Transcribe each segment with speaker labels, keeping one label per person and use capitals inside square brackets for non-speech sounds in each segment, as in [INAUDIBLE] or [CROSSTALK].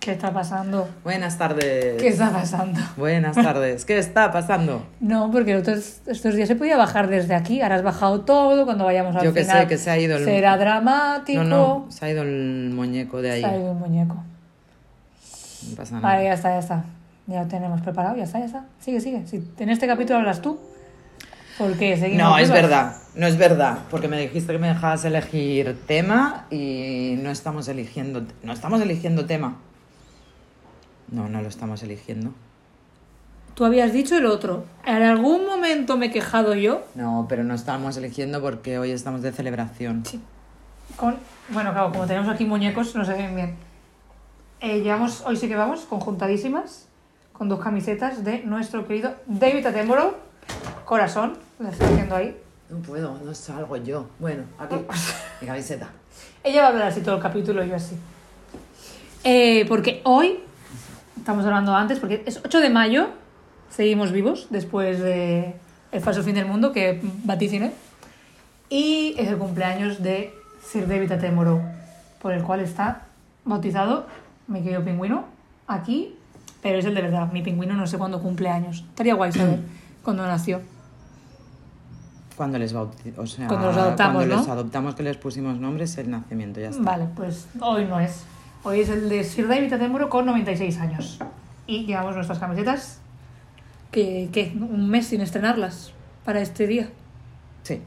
Speaker 1: ¿Qué está pasando?
Speaker 2: Buenas tardes.
Speaker 1: ¿Qué está pasando?
Speaker 2: Buenas tardes. ¿Qué está pasando?
Speaker 1: No, porque otros, estos días se podía bajar desde aquí. Ahora has bajado todo. Cuando vayamos al
Speaker 2: Yo que
Speaker 1: final
Speaker 2: sé, que se ha ido el-
Speaker 1: será dramático.
Speaker 2: No, no, se ha ido el muñeco de ahí.
Speaker 1: Se ha ido el muñeco.
Speaker 2: No pasa nada.
Speaker 1: Vale, ya está, ya está. Ya lo tenemos preparado, ya está, ya está. Sigue, sigue. Si en este capítulo hablas tú, porque seguimos.
Speaker 2: No, es
Speaker 1: vivas.
Speaker 2: verdad, no es verdad, porque me dijiste que me dejabas elegir tema y no estamos eligiendo, no estamos eligiendo tema. No, no lo estamos eligiendo.
Speaker 1: Tú habías dicho el otro. En algún momento me he quejado yo
Speaker 2: No, pero no estamos eligiendo porque hoy estamos de celebración.
Speaker 1: Sí. Con, bueno, claro, como tenemos aquí muñecos, no se ven bien. Eh, llevamos, hoy sí que vamos, conjuntadísimas, con dos camisetas de nuestro querido David Attenborough. Corazón, la estoy haciendo ahí.
Speaker 2: No puedo, no salgo yo. Bueno,
Speaker 1: [LAUGHS]
Speaker 2: aquí, mi camiseta.
Speaker 1: Ella va a hablar así todo el capítulo y yo así. Eh, porque hoy, estamos hablando antes, porque es 8 de mayo, seguimos vivos después de el falso fin del mundo que vaticiné. Y es el cumpleaños de Sir David Attenborough, por el cual está bautizado mi querido pingüino aquí, pero es el de verdad. Mi pingüino no sé cuándo cumple años. Estaría guay saber cuándo nació.
Speaker 2: Cuando les bautizamos, o sea,
Speaker 1: Cuando los adoptamos,
Speaker 2: cuando
Speaker 1: ¿no?
Speaker 2: les adoptamos que les pusimos nombres, el nacimiento, ya está.
Speaker 1: Vale, pues hoy no es. Hoy es el de Sir David Attenborough con 96 años. Y llevamos nuestras camisetas. que qué? ¿Un mes sin estrenarlas para este día?
Speaker 2: Sí,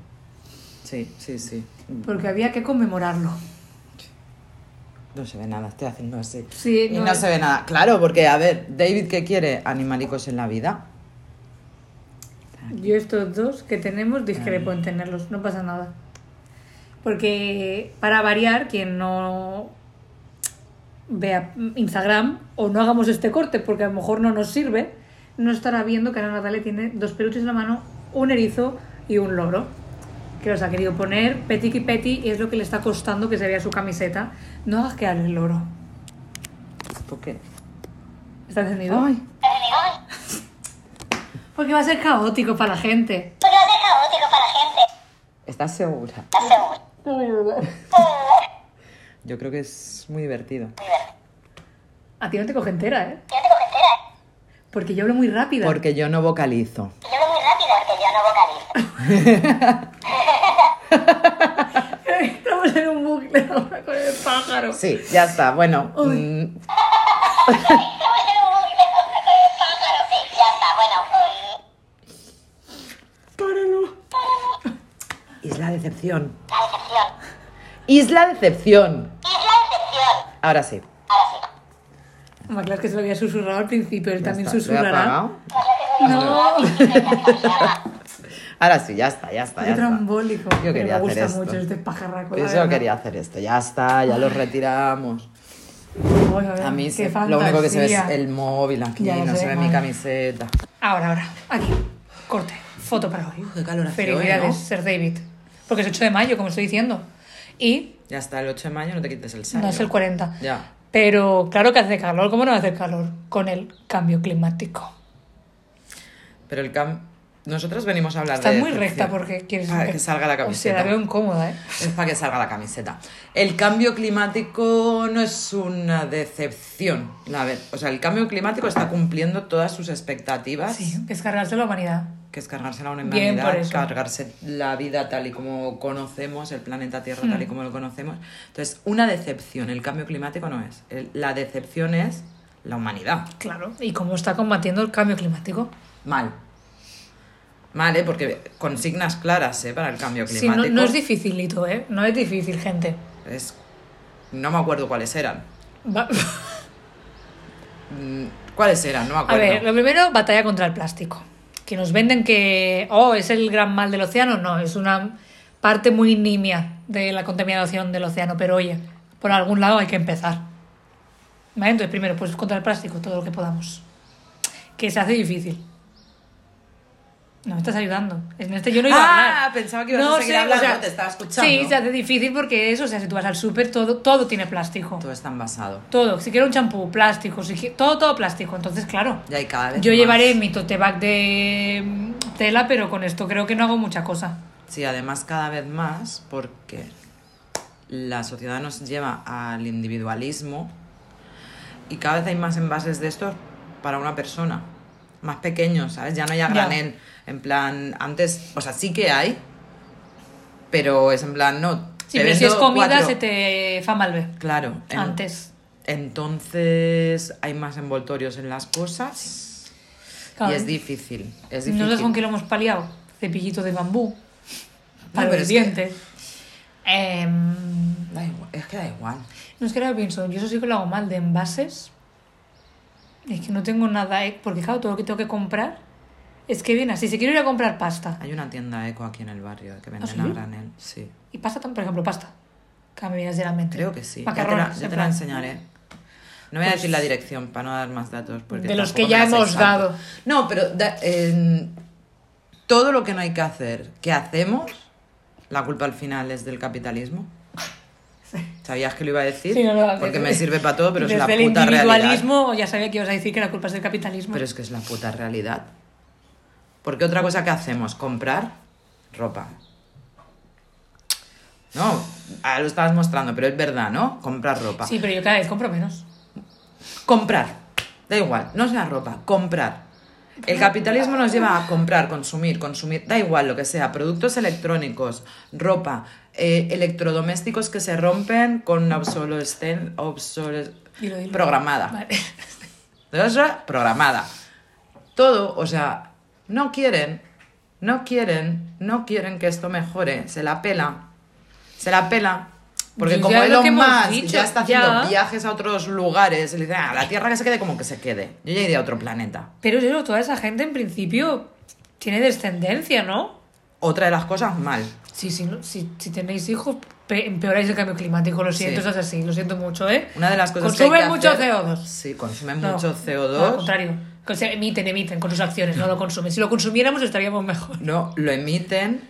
Speaker 2: sí, sí, sí.
Speaker 1: Porque había que conmemorarlo.
Speaker 2: No se ve nada, estoy haciendo así.
Speaker 1: Sí,
Speaker 2: y
Speaker 1: no
Speaker 2: no,
Speaker 1: es-
Speaker 2: se ve nada. Claro, porque a ver, David, ¿qué quiere? Animalicos en la vida.
Speaker 1: Yo estos dos que tenemos discrepo en tenerlos, no pasa nada. Porque para variar, quien no vea Instagram o no hagamos este corte porque a lo mejor no nos sirve, no estará viendo que Ana Natale tiene dos peluches en la mano, un erizo y un loro. Que los ha querido poner petiqui peti y es lo que le está costando que se vea su camiseta. No hagas quedar el loro.
Speaker 2: ¿Por qué?
Speaker 1: ¿Está encendido?
Speaker 2: Ay,
Speaker 1: Porque va a ser caótico para la gente.
Speaker 2: ¿estás segura?
Speaker 1: No voy a dudar.
Speaker 2: Yo creo que es muy divertido.
Speaker 1: A ti no te coge entera, ¿eh? Yo te coge entera, ¿eh? Porque yo hablo muy rápida.
Speaker 2: Porque yo no vocalizo.
Speaker 1: [LAUGHS] Estamos en un bucle ahora con el pájaro.
Speaker 2: Sí, ya está. Bueno,
Speaker 1: Uy.
Speaker 2: mm,
Speaker 1: Páralo.
Speaker 2: Isla Decepción. Isla Decepción. Ahora sí.
Speaker 1: Maclar que se lo había susurrado al principio, él
Speaker 2: ya
Speaker 1: también
Speaker 2: está. Lo he
Speaker 1: susurrará.
Speaker 2: apagado.
Speaker 1: No, [LAUGHS]
Speaker 2: Ahora sí, ya está, ya está. Ya
Speaker 1: qué
Speaker 2: está.
Speaker 1: trambólico. Pero
Speaker 2: quería
Speaker 1: me
Speaker 2: hacer
Speaker 1: gusta
Speaker 2: esto.
Speaker 1: mucho este pajarraco. la
Speaker 2: Yo solo
Speaker 1: verdad.
Speaker 2: quería hacer esto. Ya está, ya lo retiramos.
Speaker 1: Uy, ver,
Speaker 2: A mí
Speaker 1: qué
Speaker 2: se- lo único que se ve es
Speaker 1: fantasía.
Speaker 2: el móvil aquí,
Speaker 1: Ya, ya
Speaker 2: no
Speaker 1: se
Speaker 2: se
Speaker 1: ve
Speaker 2: ve mi
Speaker 1: mal.
Speaker 2: camiseta.
Speaker 1: Ahora, ahora. Aquí. Corte. Foto para hoy.
Speaker 2: qué calor hace hoy,
Speaker 1: Felicidades,
Speaker 2: ¿no?
Speaker 1: Sir David. Porque es 8 de mayo, como estoy diciendo. Y
Speaker 2: Ya está, el 8 de mayo no te quites el saco.
Speaker 1: no es el 40.
Speaker 2: Ya.
Speaker 1: Pero claro que hace calor. ¿Cómo no hace calor? Con el cambio climático.
Speaker 2: Pero el cam... Nosotros venimos a hablar
Speaker 1: Está
Speaker 2: de...
Speaker 1: muy
Speaker 2: decepción.
Speaker 1: recta porque quieres...
Speaker 2: Para que salga la
Speaker 1: O sea,
Speaker 2: camiseta.
Speaker 1: la veo incómoda, ¿eh?
Speaker 2: Es para que salga la camiseta. El cambio climático no es una decepción. A ver, o sea, el cambio climático está cumpliendo todas sus expectativas.
Speaker 1: Ah, Sí, descargarse la humanidad.
Speaker 2: Que es cargarse la
Speaker 1: Bien, por
Speaker 2: humanidad,
Speaker 1: eso.
Speaker 2: cargarse la vida tal y como conocemos, el planeta Tierra tal y
Speaker 1: Hmm.
Speaker 2: como lo conocemos. Entonces, una decepción, el cambio climático no es. El- la decepción es la humanidad.
Speaker 1: Claro. ¿Y cómo está combatiendo el cambio climático?
Speaker 2: Mal. Mal, ¿eh? Porque consignas claras, ¿eh? Para el cambio
Speaker 1: Sí,
Speaker 2: climático.
Speaker 1: no, no es dificilito, ¿eh? No es difícil, gente.
Speaker 2: Es- No me acuerdo cuáles eran.
Speaker 1: Va- [LAUGHS]
Speaker 2: Mm, ¿Cuáles eran? No me
Speaker 1: A
Speaker 2: acuerdo.
Speaker 1: ver, lo primero, batalla contra el plástico. Que nos venden que, oh, es el gran mal del océano. No, es una parte muy nimia de la contaminación del océano. Pero oye, por algún lado hay que empezar. ¿Vale? Entonces, primero, pues contra el plástico, todo lo que podamos. Que se hace difícil. No me estás ayudando. En este yo no iba a
Speaker 2: Ah,
Speaker 1: hablar.
Speaker 2: pensaba que ibas a seguir hablando, te estaba escuchando.
Speaker 1: Sí, se hace difícil porque eso, o sea, si tú vas al súper, todo, todo tiene plástico.
Speaker 2: Todo está envasado.
Speaker 1: Todo. Si quiero un champú, plástico, si qui- todo, todo plástico. Entonces, claro.
Speaker 2: Ya hay cada vez
Speaker 1: Yo
Speaker 2: más.
Speaker 1: llevaré mi tote bag de mm, tela, pero con esto creo que no hago mucha cosa.
Speaker 2: Sí, además cada vez más porque la sociedad nos lleva al individualismo y cada vez hay más envases de estos para una persona. Más pequeños, ¿sabes? Ya no hay a
Speaker 1: Ya.
Speaker 2: granel. En plan, antes, o sea, sí que hay, pero es en plan, no.
Speaker 1: Sí,
Speaker 2: te
Speaker 1: pero si es
Speaker 2: vendo
Speaker 1: comida
Speaker 2: cuatro. Eh,
Speaker 1: se te fa mal ver.
Speaker 2: Claro. en-
Speaker 1: Antes.
Speaker 2: Entonces hay más envoltorios en las cosas
Speaker 1: Claro.
Speaker 2: y es difícil. Es difícil.
Speaker 1: No sé con qué lo hemos paliado. Cepillito de bambú. Para
Speaker 2: Ah, pero
Speaker 1: los
Speaker 2: es que-
Speaker 1: dientes. Em,
Speaker 2: Da igual, es que da igual.
Speaker 1: No es que ahora pienso, yo eso sí que lo hago mal de envases. Es que no tengo nada, eh, porque claro, todo lo que tengo que comprar es que viene así. Si quiero ir a comprar pasta,
Speaker 2: Hay una tienda eco aquí en el barrio que venden
Speaker 1: ¿Ah, sí?
Speaker 2: a granel. Sí,
Speaker 1: y pasta, tam- por ejemplo, pasta, que me viene así a la mente.
Speaker 2: creo que sí. Ya te la,
Speaker 1: Macarrones,
Speaker 2: ya
Speaker 1: en
Speaker 2: te la
Speaker 1: plan,
Speaker 2: enseñaré. No voy a
Speaker 1: Pues-
Speaker 2: decir la dirección para no dar más datos. Porque
Speaker 1: De los
Speaker 2: tampoco
Speaker 1: que
Speaker 2: me
Speaker 1: ya
Speaker 2: las sé
Speaker 1: hemos
Speaker 2: tanto.
Speaker 1: dado.
Speaker 2: No, pero da- en- todo lo que no hay que hacer, que hacemos, la culpa al final es
Speaker 1: [LAUGHS]
Speaker 2: del capitalismo. ¿Sabías que lo iba a decir?
Speaker 1: Sí, no lo hago.
Speaker 2: porque me sirve para todo, pero
Speaker 1: Desde
Speaker 2: es la puta
Speaker 1: el
Speaker 2: realidad.
Speaker 1: individualismo, ya sabía que ibas a decir que la culpa es del capitalismo.
Speaker 2: Pero es que es la puta realidad. Porque otra cosa que hacemos, comprar ropa. No, ahora lo estabas mostrando, pero es verdad, ¿no? Comprar ropa.
Speaker 1: Sí, pero yo cada vez compro menos.
Speaker 2: Comprar. Da igual, no sea ropa, comprar. El capitalismo nos lleva a comprar, consumir, consumir, da igual lo que sea, productos electrónicos, ropa, eh, electrodomésticos que se rompen con una obsolescencia obsoles-
Speaker 1: Dilo, dilo.
Speaker 2: programada.
Speaker 1: Vale. [LAUGHS]
Speaker 2: De otra, programada. Todo, o sea, no quieren, no quieren, no quieren que esto mejore. Se la pela. Se la pela. Porque
Speaker 1: Yo
Speaker 2: como
Speaker 1: ya lo que
Speaker 2: Elon
Speaker 1: hemos
Speaker 2: Musk
Speaker 1: dicho,
Speaker 2: ya está haciendo
Speaker 1: ya.
Speaker 2: viajes a otros lugares, y le dicen, "Ah, la Tierra que se quede como que se quede. Yo ya iré a otro planeta.
Speaker 1: Pero yo, toda esa gente en principio tiene descendencia, ¿no?
Speaker 2: Otra de las cosas, mal.
Speaker 1: Sí, sí, no- si, si tenéis hijos, pe- empeoráis el cambio climático. Lo siento,
Speaker 2: Sí.
Speaker 1: eso es así. Lo siento mucho, ¿eh?
Speaker 2: Una de las cosas que hay
Speaker 1: Consumen
Speaker 2: que
Speaker 1: mucho
Speaker 2: hacer-
Speaker 1: CO2.
Speaker 2: Sí, consumen
Speaker 1: No,
Speaker 2: mucho
Speaker 1: no, al
Speaker 2: CO2.
Speaker 1: contrario. Que se emiten, emiten con sus acciones, no lo consumen. Si lo consumiéramos estaríamos mejor.
Speaker 2: No, lo emiten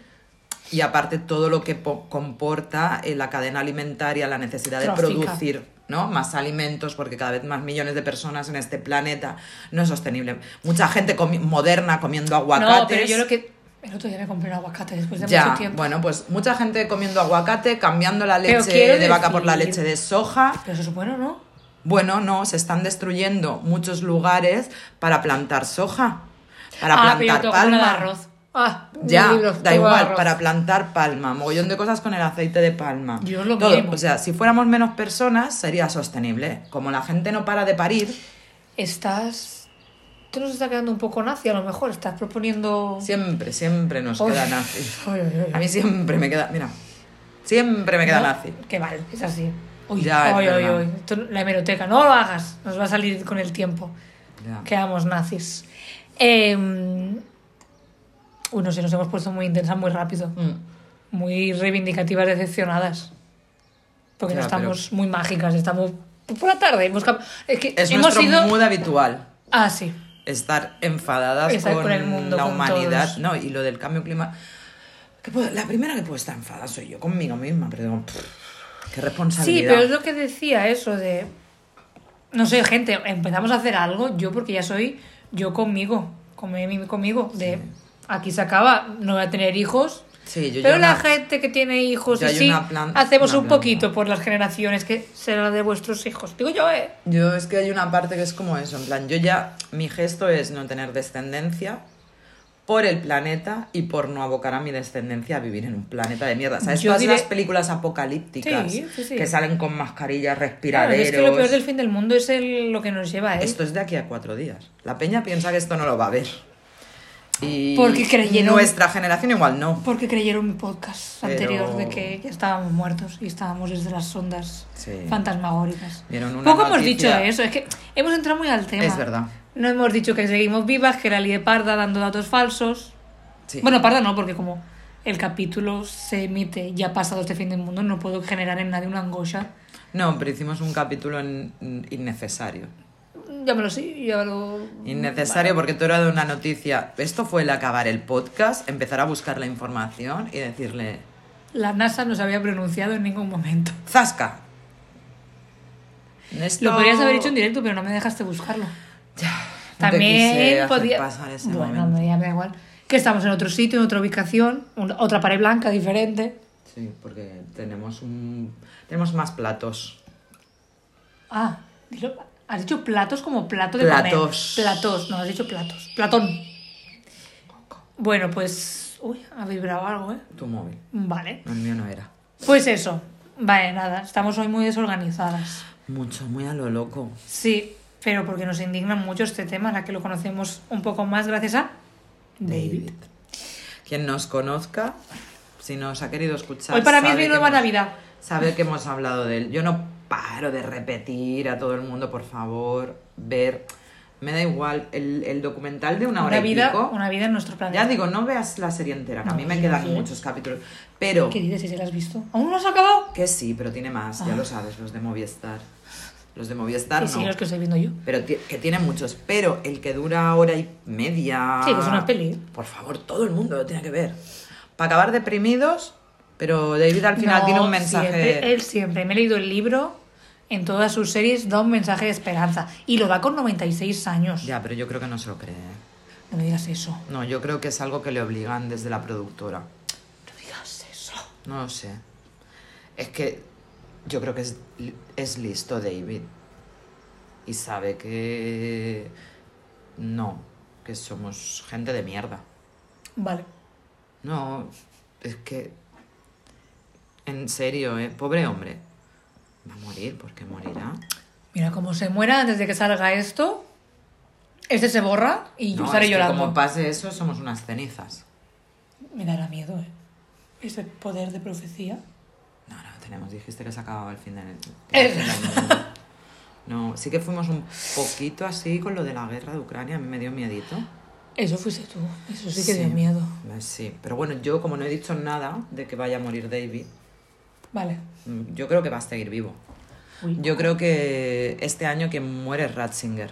Speaker 2: y aparte todo lo que po- comporta en la cadena alimentaria, la necesidad de
Speaker 1: Tráfica.
Speaker 2: producir ¿no? más alimentos, porque cada vez más millones de personas en este planeta no es sostenible. Mucha gente comi- moderna comiendo aguacates.
Speaker 1: No, pero yo lo que... El otro día me compré un aguacate después de
Speaker 2: Ya,
Speaker 1: mucho tiempo.
Speaker 2: bueno, pues mucha gente comiendo aguacate, cambiando la
Speaker 1: Pero
Speaker 2: leche de
Speaker 1: quiero
Speaker 2: vaca por la
Speaker 1: decir-
Speaker 2: leche de soja.
Speaker 1: Pero eso es bueno, ¿no?
Speaker 2: Bueno, no, se están destruyendo muchos lugares para plantar soja, para
Speaker 1: ah, pero yo tengo
Speaker 2: plantar
Speaker 1: que comprar
Speaker 2: palma.
Speaker 1: arroz. Ah,
Speaker 2: Ya,
Speaker 1: mi libro,
Speaker 2: da
Speaker 1: tengo
Speaker 2: igual,
Speaker 1: arroz.
Speaker 2: para plantar palma, mogollón de cosas con el aceite de palma.
Speaker 1: Yo lo
Speaker 2: Todo,
Speaker 1: mismo.
Speaker 2: O sea, si fuéramos menos personas sería sostenible. Como la gente no para de parir,
Speaker 1: Estás... Tú nos está quedando un poco nazi, a lo mejor. Estás proponiendo...
Speaker 2: siempre, siempre nos
Speaker 1: Uy.
Speaker 2: queda nazi.
Speaker 1: Uy, uy, uy.
Speaker 2: A mí siempre me queda, mira, siempre me queda
Speaker 1: No,
Speaker 2: nazi.
Speaker 1: Que vale, es así. Uy,
Speaker 2: Ya, es
Speaker 1: uy, uy,
Speaker 2: verdad.
Speaker 1: uy. Esto- la hemeroteca, no lo hagas. Nos va a salir con el tiempo.
Speaker 2: Ya.
Speaker 1: Quedamos nazis. Eh, uy, no sé, nos hemos puesto muy intensas muy rápido.
Speaker 2: Mm.
Speaker 1: Muy reivindicativas, decepcionadas. Porque
Speaker 2: Ya,
Speaker 1: no estamos muy mágicas, estamos por la tarde. Hemos, cap- es que
Speaker 2: Es
Speaker 1: hemos
Speaker 2: nuestro
Speaker 1: sido...
Speaker 2: mood habitual.
Speaker 1: Ah, sí.
Speaker 2: Estar enfadadas
Speaker 1: Estar
Speaker 2: con,
Speaker 1: con el mundo,
Speaker 2: la
Speaker 1: con
Speaker 2: humanidad.
Speaker 1: todos.
Speaker 2: No, y lo del cambio climático. La primera que puedo estar enfadada soy yo, conmigo misma, perdón. Qué
Speaker 1: Sí,
Speaker 2: responsabilidad.
Speaker 1: pero es lo que decía eso de... No sé, gente, empezamos a hacer algo, yo porque ya soy yo conmigo, conmigo, conmigo, de aquí se acaba, no voy a tener hijos.
Speaker 2: Sí, yo
Speaker 1: pero
Speaker 2: ya
Speaker 1: la
Speaker 2: no-
Speaker 1: gente que tiene hijos,
Speaker 2: Ya
Speaker 1: y
Speaker 2: hay
Speaker 1: sí,
Speaker 2: una plan-
Speaker 1: hacemos
Speaker 2: una
Speaker 1: un
Speaker 2: plan-
Speaker 1: poquito por las generaciones que será de vuestros hijos. Digo yo, ¿eh?
Speaker 2: Yo es que hay una parte que es como eso, en plan, yo ya, mi gesto es no tener descendencia por el planeta y por no abocar a mi descendencia a vivir en un planeta de mierda. ¿Sabes?
Speaker 1: Yo
Speaker 2: Todas
Speaker 1: diré-
Speaker 2: las películas apocalípticas
Speaker 1: Sí, sí, sí.
Speaker 2: que salen con mascarillas,
Speaker 1: Claro,
Speaker 2: respiraderos...
Speaker 1: es que lo peor del fin del mundo es el- lo que nos lleva a él.
Speaker 2: Esto es de aquí a cuatro días. La peña piensa que esto no lo va a ver. Y
Speaker 1: Porque creyeron-
Speaker 2: Nuestra generación igual no.
Speaker 1: Porque creyeron mi podcast
Speaker 2: Pero-
Speaker 1: anterior de que ya estábamos muertos y estábamos desde las ondas
Speaker 2: Sí.
Speaker 1: fantasmagóricas.
Speaker 2: Vieron una
Speaker 1: Poco hemos dicho
Speaker 2: noticia-
Speaker 1: de eso, es que hemos entrado muy al tema.
Speaker 2: Es verdad.
Speaker 1: No hemos dicho que seguimos vivas, que la de parda dando datos falsos.
Speaker 2: Sí.
Speaker 1: Bueno, parda no, porque como el capítulo se emite ya pasado este fin del mundo, no puedo generar en nadie una angostia.
Speaker 2: No, pero hicimos un capítulo en- innecesario.
Speaker 1: Ya me lo sé, ya lo...
Speaker 2: Innecesario porque tú era de una noticia. Esto fue el acabar el podcast, empezar a buscar la información y decirle,
Speaker 1: La NASA no se había pronunciado en ningún momento.
Speaker 2: ¡Zasca! Esto-
Speaker 1: Lo podrías haber hecho en directo, pero no me dejaste buscarlo.
Speaker 2: Ya, no te quise
Speaker 1: También
Speaker 2: hacer
Speaker 1: podía...
Speaker 2: pasar ese
Speaker 1: bueno,
Speaker 2: momento.
Speaker 1: me- ya me da igual. Que estamos en otro sitio, en otra ubicación, un- otra pared blanca diferente.
Speaker 2: Sí, porque tenemos, un... tenemos más platos.
Speaker 1: Ah, dilo... Has dicho platos como plato de
Speaker 2: Platos.
Speaker 1: comer. Platos. No, has dicho platos. Platón. Bueno, pues... Uy, ha vibrado algo, ¿eh?
Speaker 2: Tu móvil.
Speaker 1: Vale.
Speaker 2: El mío no era.
Speaker 1: Pues eso. Vale, nada. Estamos hoy muy desorganizadas.
Speaker 2: Mucho, muy a lo loco.
Speaker 1: Sí, pero porque nos indigna mucho este tema, la que lo conocemos un poco más gracias a David.
Speaker 2: Quien nos conozca, si nos ha querido escuchar.
Speaker 1: Hoy para mí es
Speaker 2: sabe
Speaker 1: mi
Speaker 2: que
Speaker 1: nueva
Speaker 2: hemos-
Speaker 1: Navidad.
Speaker 2: Sabe que hemos hablado de él. Yo no paro de repetir a todo el mundo, por favor, ver. Me da igual el, el documental de una hora
Speaker 1: Una
Speaker 2: y
Speaker 1: vida,
Speaker 2: pico.
Speaker 1: una vida en nuestro planeta.
Speaker 2: Ya digo, no veas la serie entera, que a
Speaker 1: No,
Speaker 2: mí me
Speaker 1: sí,
Speaker 2: quedan
Speaker 1: sí.
Speaker 2: muchos capítulos. Pero
Speaker 1: ¿Qué dices? ¿Si la has visto? ¿Aún no has acabado?
Speaker 2: que sí, pero tiene más, ya
Speaker 1: Ah.
Speaker 2: lo sabes, los de Movistar. Los de Movistar
Speaker 1: Sí,
Speaker 2: no.
Speaker 1: sí, los que estoy viendo yo.
Speaker 2: Pero ti- que tiene muchos, pero el que dura hora y media.
Speaker 1: Sí, que es una peli.
Speaker 2: Por favor, todo el mundo lo tiene que ver. Para acabar deprimidos, pero David al final
Speaker 1: No,
Speaker 2: tiene un mensaje.
Speaker 1: siempre, él siempre. Me he leído el libro. En todas sus series da un mensaje de esperanza. Y lo da con 96 años.
Speaker 2: Ya, pero yo creo que no se lo cree. ¿eh?
Speaker 1: No me digas eso.
Speaker 2: No, yo creo que es algo que le obligan desde la productora.
Speaker 1: No me digas eso.
Speaker 2: No lo sé. Es que yo creo que es, li- es listo David. Y sabe que... No, que somos gente de mierda.
Speaker 1: Vale.
Speaker 2: No, es que... En serio, ¿eh? Pobre hombre. Va a morir, porque morirá.
Speaker 1: Mira, como se muera antes de que salga esto, este se borra y yo
Speaker 2: No,
Speaker 1: estaré
Speaker 2: es que
Speaker 1: llorando.
Speaker 2: como pase eso, somos unas cenizas.
Speaker 1: Me dará miedo, ¿eh? Ese poder de profecía.
Speaker 2: No, no, tenemos. Dijiste que se acababa el fin del.
Speaker 1: [LAUGHS] Es-
Speaker 2: el fin del mundo. No, sí que fuimos un poquito así con lo de la guerra de Ucrania. A mí me dio miedito.
Speaker 1: Eso fuiste tú. Eso sí que dio miedo.
Speaker 2: Eh, Sí, pero bueno, yo como no he dicho nada de que vaya a morir David,
Speaker 1: Vale.
Speaker 2: mm, yo creo que va a seguir vivo.
Speaker 1: Uy.
Speaker 2: Yo creo que este año que muere es Ratzinger.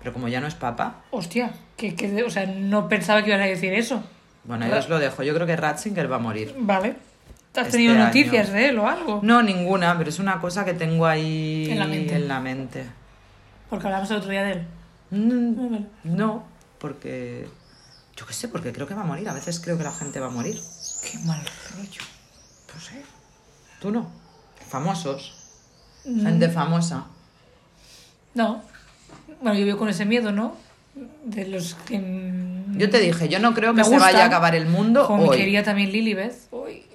Speaker 2: Pero como ya no es papa,
Speaker 1: Hostia, que, que- o sea, no pensaba que ibas a decir eso.
Speaker 2: bueno, yo os lo dejo. Yo creo que Ratzinger va a morir.
Speaker 1: Vale. ¿Has
Speaker 2: Este
Speaker 1: tenido
Speaker 2: año.
Speaker 1: noticias de él o algo?
Speaker 2: No, ninguna, pero es una cosa que tengo ahí
Speaker 1: En la mente.
Speaker 2: en la mente.
Speaker 1: Porque hablamos el otro día de él.
Speaker 2: Mm,
Speaker 1: Ah, vale.
Speaker 2: No, porque. Yo qué sé, porque creo que va a morir. A veces creo que la gente va a morir.
Speaker 1: Qué mal rollo.
Speaker 2: Pues sí. Tú no. Famosos. Gente famosa.
Speaker 1: No. Bueno, yo vivo con ese miedo, ¿no? De los que... mm,
Speaker 2: Yo te dije, yo no creo que
Speaker 1: Me
Speaker 2: se
Speaker 1: gusta.
Speaker 2: vaya a acabar el mundo
Speaker 1: Como
Speaker 2: hoy.
Speaker 1: mi querida también Lilibeth. Uy,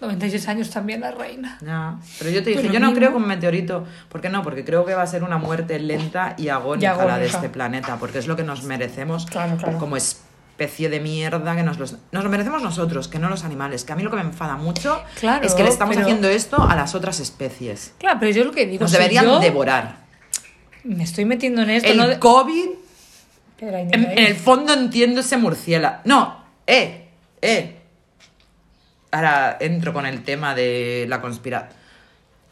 Speaker 1: 96 años también la reina.
Speaker 2: Ya, Pero yo te dije,
Speaker 1: Pero
Speaker 2: yo no
Speaker 1: mínimo.
Speaker 2: creo que un meteorito. ¿Por qué no? Porque creo que va a ser una muerte lenta y agónica,
Speaker 1: Y agónica.
Speaker 2: la de este planeta, porque es lo que nos merecemos
Speaker 1: Claro, claro.
Speaker 2: como especie de mierda que nos, los, nos lo merecemos nosotros, que no los animales. Que a mí lo que me enfada mucho
Speaker 1: Claro,
Speaker 2: es que le estamos
Speaker 1: pero-
Speaker 2: haciendo esto a las otras especies.
Speaker 1: Claro, pero yo lo que digo... Pues
Speaker 2: Nos
Speaker 1: si
Speaker 2: deberían
Speaker 1: yo
Speaker 2: devorar.
Speaker 1: Me estoy metiendo en esto,
Speaker 2: el
Speaker 1: ¿no? de-
Speaker 2: COVID,
Speaker 1: Espera, ahí no
Speaker 2: en,
Speaker 1: me
Speaker 2: en
Speaker 1: veis.
Speaker 2: el fondo entiendo ese murciélago. No, eh, eh. Ahora entro con el tema de la conspiración.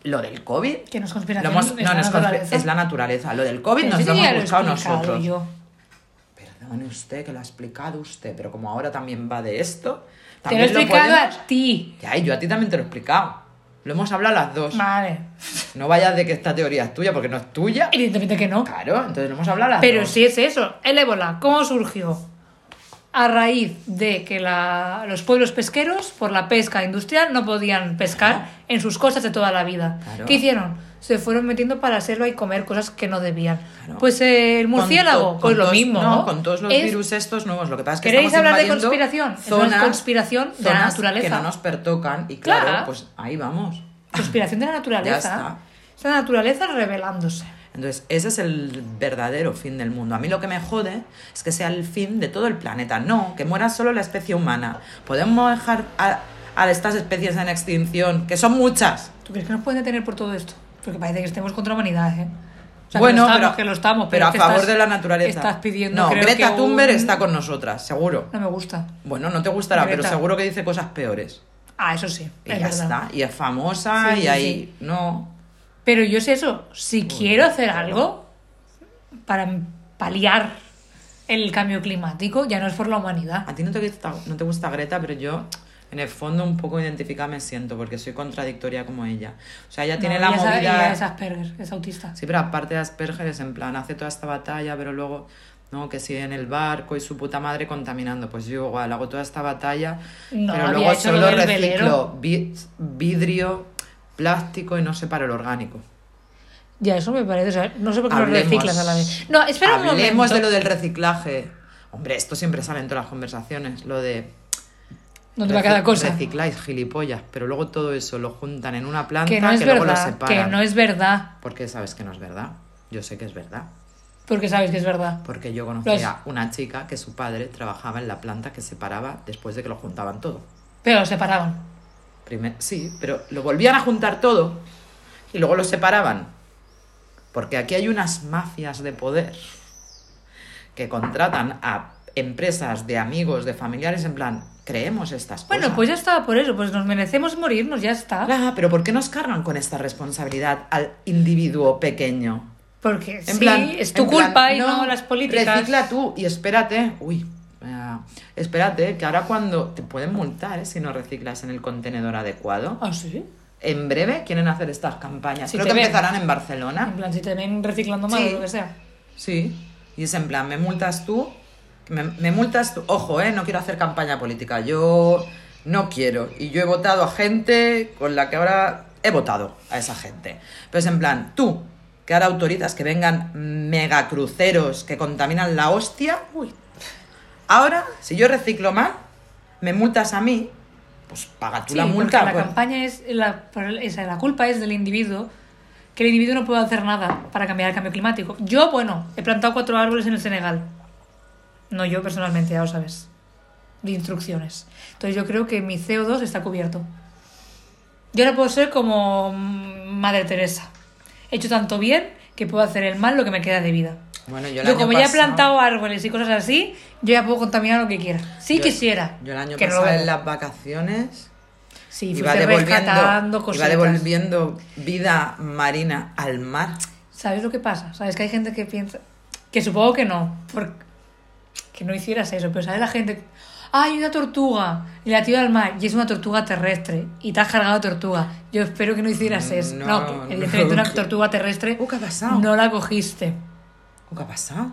Speaker 2: Lo del COVID.
Speaker 1: Que nos
Speaker 2: lo
Speaker 1: conspiración
Speaker 2: hemos-
Speaker 1: es
Speaker 2: no,
Speaker 1: la
Speaker 2: no es, conspi-
Speaker 1: naturaleza.
Speaker 2: es la naturaleza. Lo del COVID
Speaker 1: Pero
Speaker 2: nos
Speaker 1: eso
Speaker 2: lo
Speaker 1: ya
Speaker 2: hemos
Speaker 1: he
Speaker 2: buscado
Speaker 1: explicado
Speaker 2: nosotros.
Speaker 1: yo.
Speaker 2: Perdone usted que lo ha explicado usted, pero como ahora también va de esto,
Speaker 1: Te lo he
Speaker 2: también
Speaker 1: explicado
Speaker 2: podemos-
Speaker 1: a ti.
Speaker 2: Ya, y yo a ti también te lo he explicado. Lo hemos hablado las dos.
Speaker 1: Vale.
Speaker 2: No vayas de que esta teoría es tuya, porque no es tuya.
Speaker 1: Evidentemente que no.
Speaker 2: Claro, entonces lo hemos hablado las
Speaker 1: Eh, Pero
Speaker 2: dos.
Speaker 1: si es eso, el ébola, ¿cómo surgió? A raíz de que la- los pueblos pesqueros, por la pesca industrial, no podían pescar en sus costas de toda la vida.
Speaker 2: Claro.
Speaker 1: ¿Qué hicieron? Se fueron metiendo para la selva y comer cosas que no debían.
Speaker 2: Claro.
Speaker 1: Pues eh, el
Speaker 2: Con
Speaker 1: murciélago,
Speaker 2: to-
Speaker 1: pues
Speaker 2: con
Speaker 1: lo
Speaker 2: tos-
Speaker 1: mismo.
Speaker 2: No,
Speaker 1: ¿no?
Speaker 2: con todos los
Speaker 1: Es-
Speaker 2: virus estos nuevos. Lo que pasa es que
Speaker 1: ¿Queréis
Speaker 2: estamos
Speaker 1: hablar de
Speaker 2: invadiendo
Speaker 1: conspiración? Es una conspiración de la
Speaker 2: zonas
Speaker 1: naturaleza.
Speaker 2: que no nos pertocan y claro,
Speaker 1: Claro.
Speaker 2: pues ahí vamos.
Speaker 1: Conspiración de la naturaleza.
Speaker 2: [LAUGHS] Ya está.
Speaker 1: Es la naturaleza revelándose.
Speaker 2: Entonces, ese es el verdadero fin del mundo. A mí lo que me jode es que sea el fin de todo el planeta. No, que muera solo la especie humana. Podemos dejar a, a estas especies en extinción, que son muchas.
Speaker 1: ¿Tú crees que nos pueden detener por todo esto? Porque parece que estemos contra la humanidad, ¿eh? O sea,
Speaker 2: bueno,
Speaker 1: que lo estamos, que lo estamos, es
Speaker 2: pero, pero a
Speaker 1: que
Speaker 2: favor
Speaker 1: estás-
Speaker 2: de la naturaleza.
Speaker 1: Estás pidiendo.
Speaker 2: No,
Speaker 1: creo
Speaker 2: Greta
Speaker 1: que
Speaker 2: Thunberg
Speaker 1: un-
Speaker 2: está con nosotras, seguro.
Speaker 1: No me gusta.
Speaker 2: Bueno, no te gustará, pero
Speaker 1: Greta.
Speaker 2: seguro que dice cosas peores.
Speaker 1: Ah, eso sí.
Speaker 2: Y
Speaker 1: es
Speaker 2: ya
Speaker 1: verdad.
Speaker 2: está. Y es famosa
Speaker 1: Sí,
Speaker 2: y
Speaker 1: sí,
Speaker 2: ahí.
Speaker 1: sí.
Speaker 2: No.
Speaker 1: Pero yo sé eso. Si quiero hacer algo para paliar el cambio climático, ya no es por la humanidad.
Speaker 2: A ti no te, gusta, no te gusta Greta, pero yo en el fondo un poco identificada me siento porque soy contradictoria como ella. O sea, ella
Speaker 1: No,
Speaker 2: tiene la
Speaker 1: ella es-
Speaker 2: movida.
Speaker 1: ella es Asperger, es autista.
Speaker 2: Sí, pero aparte de Asperger es en plan, hace toda esta batalla, pero luego, no, que sigue en el barco y su puta madre contaminando. Pues yo igual, hago toda esta batalla,
Speaker 1: No,
Speaker 2: pero
Speaker 1: había
Speaker 2: luego
Speaker 1: hecho lo
Speaker 2: solo
Speaker 1: del
Speaker 2: reciclo
Speaker 1: velero.
Speaker 2: vi- vidrio, plástico y no separo el orgánico.
Speaker 1: Ya, eso me parece. O sea, no sé por qué no
Speaker 2: Hablemos.
Speaker 1: reciclas a la vez. No, espera un
Speaker 2: Hablemos
Speaker 1: momento.
Speaker 2: de lo del reciclaje. Hombre, esto siempre sale en todas las conversaciones, lo de...
Speaker 1: Donde va cada
Speaker 2: reci-
Speaker 1: cosa.
Speaker 2: Recicláis gilipollas, pero luego todo eso lo juntan en una planta
Speaker 1: Que
Speaker 2: que,
Speaker 1: no es
Speaker 2: luego lo
Speaker 1: verdad.
Speaker 2: separan.
Speaker 1: Que no es verdad.
Speaker 2: Porque sabes que no es verdad. Yo sé que es verdad.
Speaker 1: Porque sabes que es verdad.
Speaker 2: Porque yo conocía
Speaker 1: Los-
Speaker 2: una chica que su padre trabajaba en la planta que separaba después de que lo juntaban todo.
Speaker 1: Pero lo separaban.
Speaker 2: Primer- sí, pero lo volvían a juntar todo y luego lo separaban. Porque aquí hay unas mafias de poder que contratan a empresas de amigos, de familiares, en plan, creemos estas cosas.
Speaker 1: Bueno, pues ya estaba por eso. Pues nos merecemos morirnos, ya está.
Speaker 2: Ah, pero ¿por qué nos cargan con esta responsabilidad al individuo pequeño?
Speaker 1: Porque
Speaker 2: En
Speaker 1: sí,
Speaker 2: plan,
Speaker 1: es tu
Speaker 2: en plan,
Speaker 1: culpa y no, las políticas.
Speaker 2: Recicla tú y espérate, uy, eh, espérate, que ahora cuando te pueden multar eh, si no reciclas en el contenedor adecuado.
Speaker 1: Ah, sí.
Speaker 2: En breve quieren hacer estas campañas.
Speaker 1: Si
Speaker 2: Creo
Speaker 1: te
Speaker 2: que
Speaker 1: ven.
Speaker 2: empezarán en Barcelona.
Speaker 1: En plan, si te ven reciclando mal
Speaker 2: Ah. Sí.
Speaker 1: o lo que sea.
Speaker 2: Sí. Y es en plan, me multas tú, me, me multas tú. Ojo, eh, no quiero hacer campaña política. Yo no quiero. Y yo he votado a gente con la que ahora he votado a esa gente. Pero es en plan, tú, que ahora autorizas que vengan megacruceros que contaminan la hostia.
Speaker 1: Uy.
Speaker 2: Ahora, si yo reciclo mal, me multas a mí. Pues paga tú
Speaker 1: Sí,
Speaker 2: la
Speaker 1: porque
Speaker 2: multa.
Speaker 1: la
Speaker 2: pues.
Speaker 1: campaña es la, esa, la culpa es del individuo, que el individuo no puede hacer nada para cambiar el cambio climático. Yo, bueno, he plantado cuatro árboles en el Senegal. No yo personalmente, ya lo sabes. De instrucciones. Entonces yo creo que mi CO2 está cubierto. Yo no puedo ser como mm, Madre Teresa. He hecho tanto bien que puedo hacer el mal lo que me queda de vida.
Speaker 2: Bueno, yo
Speaker 1: Yo,
Speaker 2: el año
Speaker 1: como ya he
Speaker 2: pasado-
Speaker 1: plantado árboles y cosas así, yo ya puedo contaminar lo que quiera. Sí
Speaker 2: Yo-
Speaker 1: quisiera.
Speaker 2: Yo el año
Speaker 1: que no lo
Speaker 2: pasado
Speaker 1: hago.
Speaker 2: en las vacaciones
Speaker 1: Sí,
Speaker 2: iba
Speaker 1: fuiste rescatando
Speaker 2: devolviendo, iba
Speaker 1: cositas.
Speaker 2: devolviendo vida marina al mar.
Speaker 1: ¿Sabes lo que pasa? ¿Sabes que hay gente que piensa... Que supongo que no, por- que no hicieras eso, pero ¿sabes la gente? Ah, hay una tortuga y la tiro al mar y es una tortuga terrestre y te has cargado tortuga. Yo espero que no hicieras eso.
Speaker 2: No,
Speaker 1: No,
Speaker 2: no,
Speaker 1: evidentemente una
Speaker 2: que-
Speaker 1: tortuga terrestre
Speaker 2: Uh, ¿qué ha pasado?
Speaker 1: no la cogiste.
Speaker 2: Oh, ¿Qué ha pasado?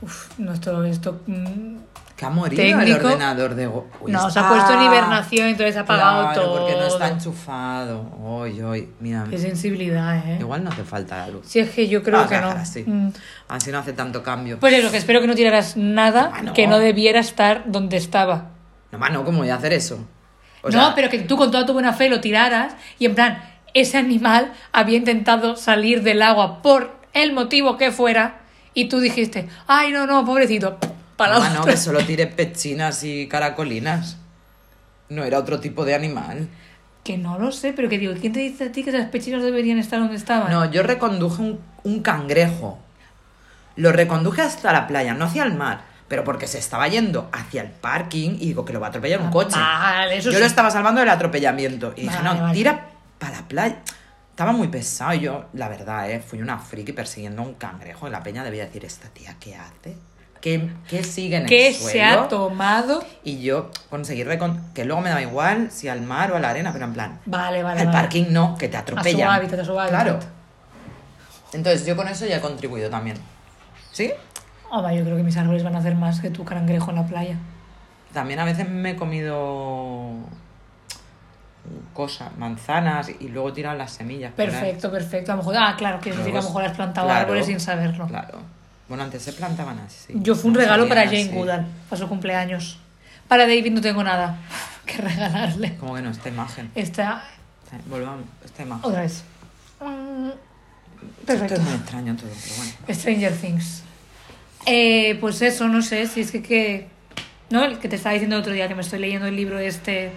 Speaker 1: Uf, no, esto... esto mm,
Speaker 2: Que ha morido el
Speaker 1: Técnico.
Speaker 2: ordenador de... Go- Uy,
Speaker 1: no, se
Speaker 2: Pues está-
Speaker 1: ha puesto en hibernación y entonces ha apagado
Speaker 2: Claro,
Speaker 1: todo.
Speaker 2: porque no está enchufado. Hoy, hoy, mira.
Speaker 1: Qué sensibilidad, ¿eh?
Speaker 2: Igual no hace falta la luz.
Speaker 1: Si es que yo creo
Speaker 2: Ah,
Speaker 1: que no.
Speaker 2: Así.
Speaker 1: Mm.
Speaker 2: así no hace tanto cambio.
Speaker 1: Pues eso, que espero que no tiraras nada
Speaker 2: Ah, no.
Speaker 1: que no debiera estar donde estaba.
Speaker 2: No, más no, ¿cómo voy a hacer eso? O
Speaker 1: no,
Speaker 2: sea,
Speaker 1: pero que tú con toda tu buena fe lo tiraras y en plan, ese animal había intentado salir del agua por el motivo que fuera y tú dijiste, ay, no, no, pobrecito, para
Speaker 2: no, no, que solo tire pechinas y caracolinas. No era otro tipo de animal.
Speaker 1: Que no lo sé, pero que digo, ¿quién te dice a ti que esas pechinas deberían estar donde estaban?
Speaker 2: No, yo reconduje un, un cangrejo. Lo reconduje hasta la playa, no hacia el mar, pero porque se estaba yendo hacia el parking y digo que lo va a atropellar un
Speaker 1: Ah,
Speaker 2: coche.
Speaker 1: vale, eso
Speaker 2: yo
Speaker 1: sí.
Speaker 2: lo estaba salvando del atropellamiento. Y dije,
Speaker 1: Vale,
Speaker 2: no,
Speaker 1: vale.
Speaker 2: tira para la playa. Estaba muy pesado y yo, la verdad, eh, fui una friki persiguiendo a un cangrejo. Y la peña debía decir, ¿esta tía qué hace? ¿Qué, qué sigue en
Speaker 1: que
Speaker 2: el suelo?
Speaker 1: se ha tomado.
Speaker 2: Y yo conseguí recon- que luego me daba igual si al mar o a la arena, pero en plan,
Speaker 1: Vale, vale.
Speaker 2: al
Speaker 1: vale.
Speaker 2: parking no, que te atropellan.
Speaker 1: hábitat, a su hábitat.
Speaker 2: Claro. Entonces, yo con eso ya he contribuido también. ¿Sí?
Speaker 1: Hombre, Ah, yo creo que mis árboles van a hacer más que tu cangrejo en la playa.
Speaker 2: También a veces me he comido cosas, manzanas, y luego tiran las semillas. por ahí.
Speaker 1: Perfecto, perfecto. A lo mejor, ah, claro, que significa
Speaker 2: Luego
Speaker 1: que a lo
Speaker 2: es-
Speaker 1: mejor has plantado
Speaker 2: claro,
Speaker 1: árboles sin saberlo.
Speaker 2: Claro. Bueno, antes se plantaban así.
Speaker 1: Yo fui un regalo para Jane
Speaker 2: Goodall.
Speaker 1: Goodall, para su cumpleaños. Para David no tengo nada [LAUGHS] que regalarle.
Speaker 2: Como que no, esta imagen.
Speaker 1: Esta,
Speaker 2: Esta- Volvamos, esta imagen.
Speaker 1: otra vez. Mm,
Speaker 2: Esto
Speaker 1: Oh, Perfecto.
Speaker 2: es muy extraño todo, pero bueno.
Speaker 1: Stranger Things. Eh, pues eso, no sé, si es que, que... ¿No? El que te estaba diciendo el otro día, que me estoy leyendo el libro este...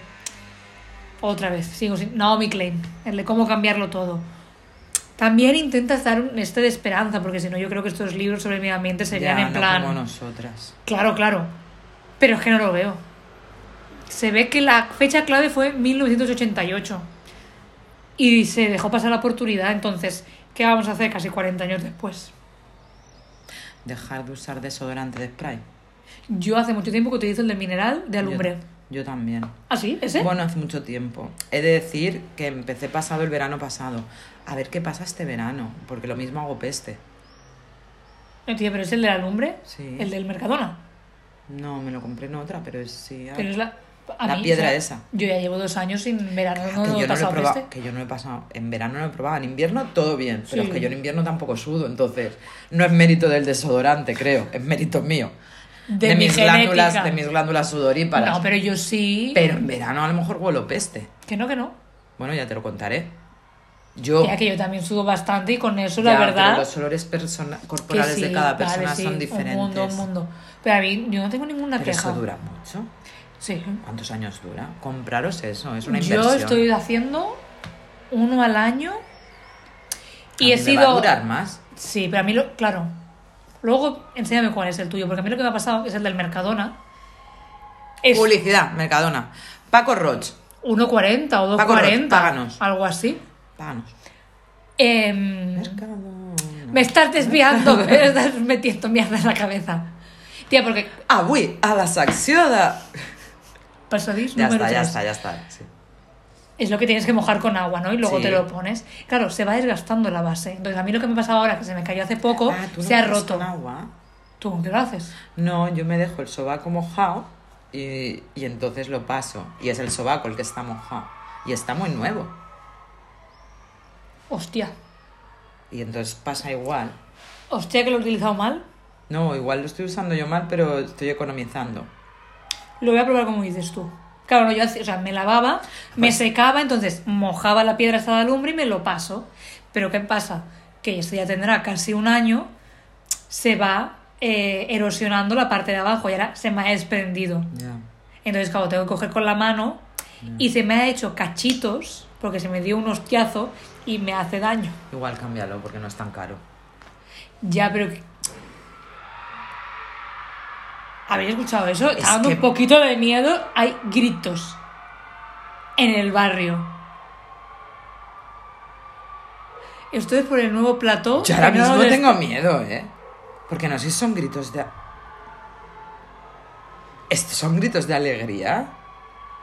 Speaker 1: Otra vez, sigo sin... Naomi Klein, el de cómo cambiarlo todo. También intentas dar un este de esperanza, porque si no yo creo que estos libros sobre el medio ambiente serían
Speaker 2: Ya,
Speaker 1: en
Speaker 2: no
Speaker 1: plan...
Speaker 2: como nosotras.
Speaker 1: Claro, claro. Pero es que no lo veo. Se ve que la fecha clave fue 1988. Y se dejó pasar la oportunidad. Entonces, ¿qué vamos a hacer casi 40 años después?
Speaker 2: Dejar de usar desodorante de spray.
Speaker 1: Yo hace mucho tiempo que utilizo el de mineral de alumbre.
Speaker 2: Yo, yo también.
Speaker 1: ¿Ah, sí? ¿Ese?
Speaker 2: Bueno, hace mucho tiempo. He de decir que empecé pasado el verano pasado. A ver qué pasa este verano, porque lo mismo hago peste.
Speaker 1: No, tío, pero es el de la lumbre.
Speaker 2: Sí.
Speaker 1: El del Mercadona.
Speaker 2: No, me lo compré en otra, pero es sí. ah,
Speaker 1: Pero es la... A
Speaker 2: La
Speaker 1: mí,
Speaker 2: piedra
Speaker 1: o sea,
Speaker 2: esa. Ah,
Speaker 1: Yo ya llevo dos años sin verano, no,
Speaker 2: que,
Speaker 1: no he
Speaker 2: yo no lo he
Speaker 1: pasado este.
Speaker 2: probado,
Speaker 1: peste.
Speaker 2: que yo no he pasado. En verano no lo he probado. En invierno todo bien. Pero
Speaker 1: Sí.
Speaker 2: es que yo en invierno tampoco sudo. Entonces, no es mérito del desodorante, creo. Es mérito mío.
Speaker 1: De mi
Speaker 2: mis glándulas,
Speaker 1: genética.
Speaker 2: de mis glándulas sudoríparas.
Speaker 1: No, pero yo sí.
Speaker 2: Pero en verano a lo mejor huelo peste.
Speaker 1: Que no, que no.
Speaker 2: Bueno, ya te lo contaré. Yo.
Speaker 1: Ya que yo también sudo bastante y con eso, la
Speaker 2: Ya, pero
Speaker 1: verdad.
Speaker 2: los olores persona-
Speaker 1: que
Speaker 2: corporales de
Speaker 1: sí,
Speaker 2: cada
Speaker 1: vale,
Speaker 2: persona
Speaker 1: sí,
Speaker 2: son diferentes.
Speaker 1: Un mundo, un mundo. Pero a mí, yo no tengo ninguna
Speaker 2: Pero
Speaker 1: queja.
Speaker 2: eso dura mucho.
Speaker 1: Sí.
Speaker 2: ¿Cuántos años dura? Compraros eso, es una
Speaker 1: Yo
Speaker 2: inversión.
Speaker 1: estoy haciendo uno al año y
Speaker 2: A
Speaker 1: he
Speaker 2: mí me
Speaker 1: sido.
Speaker 2: va a durar más.
Speaker 1: Sí, pero a mí lo. Claro. Luego enséñame cuál es el tuyo, porque a mí lo que me ha pasado es el del Mercadona. Es
Speaker 2: Publicidad, Mercadona. Paco Roch.
Speaker 1: 1.40 o
Speaker 2: Paco
Speaker 1: 2.40.
Speaker 2: Roth, páganos.
Speaker 1: Algo así.
Speaker 2: Páganos.
Speaker 1: Em,
Speaker 2: Mercadona.
Speaker 1: Mm. me estás desviando, [LAUGHS] me estás metiendo mierda en la cabeza. Tía, porque
Speaker 2: Avui, Ah, a la secció de...
Speaker 1: pasadís
Speaker 2: Ja
Speaker 1: número
Speaker 2: està, ja
Speaker 1: tres.
Speaker 2: està, ja està. Sí.
Speaker 1: Es lo que tienes que mojar con agua, ¿no? Y luego
Speaker 2: Sí.
Speaker 1: te lo pones. Claro, se va desgastando la base. Entonces, a mí lo que me pasaba ahora, que se me cayó hace poco,
Speaker 2: Ah, ¿tú no
Speaker 1: se ha
Speaker 2: pones
Speaker 1: roto.
Speaker 2: con agua?
Speaker 1: ¿Tú con qué lo haces?
Speaker 2: No, yo me dejo el sobaco mojado y, y entonces lo paso. Y es el sobaco el que está mojado. Y está muy nuevo.
Speaker 1: Hostia.
Speaker 2: Y entonces pasa igual.
Speaker 1: Hostia, que lo he utilizado mal.
Speaker 2: No, igual lo estoy usando yo mal, pero estoy economizando.
Speaker 1: Lo voy a probar como dices tú. Claro, no, yo hacía- o sea, me lavaba, me secaba, entonces mojaba la piedra hasta la lumbre y me lo paso. Pero ¿qué pasa? Que esto ya tendrá casi un año, se va eh, erosionando la parte de abajo y ahora se me ha desprendido.
Speaker 2: Ya.
Speaker 1: Entonces, claro, tengo que coger con la mano y se me ha hecho cachitos porque se me dio un hostiazo y me hace daño.
Speaker 2: Igual cámbialo porque no es tan caro.
Speaker 1: Ya, pero... ¿Habéis escuchado eso? Está
Speaker 2: Es
Speaker 1: dando
Speaker 2: que-
Speaker 1: un poquito de miedo. Hay gritos en el barrio. Esto es por el nuevo plató.
Speaker 2: Yo ahora
Speaker 1: que no
Speaker 2: mismo
Speaker 1: lo des-
Speaker 2: tengo miedo, ¿eh? Porque no sé si son gritos de... ¿Estos son gritos de alegría?